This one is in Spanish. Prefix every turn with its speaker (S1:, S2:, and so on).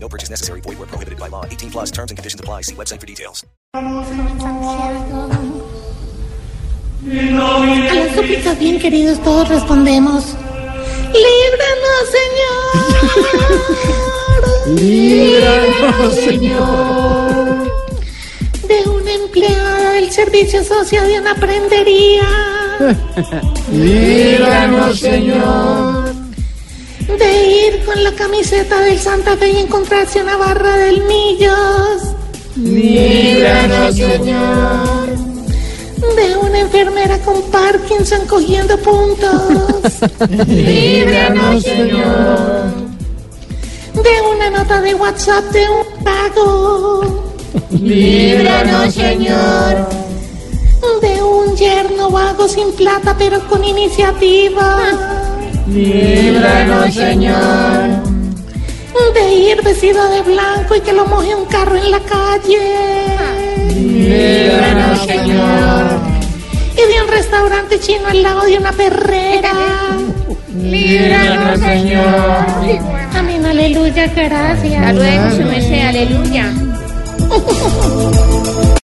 S1: No purchase necessary. Void where prohibited by law. 18 plus terms and conditions apply. See website for details.
S2: A las súplicas bien queridos todos respondemos. Líbranos, Señor. Líbranos, Señor. De un empleado del servicio social de una prendería. Líbranos, Señor. De ir con la camiseta del Santa Fe y encontrarse una barra del Millos. Líbranos, Señor. De una enfermera con Parkinson cogiendo puntos. Líbranos, Señor. De una nota de WhatsApp de un pago. Líbranos, Señor. De un yerno vago sin plata pero con iniciativa. Líbranos, Señor. De ir vestido de blanco y que lo moje un carro en la calle. Líbranos, Señor. Y de un restaurante chino al lado de una perrera. Líbranos, Señor. Amén, aleluya, gracias.
S3: Luego se me sea, aleluya.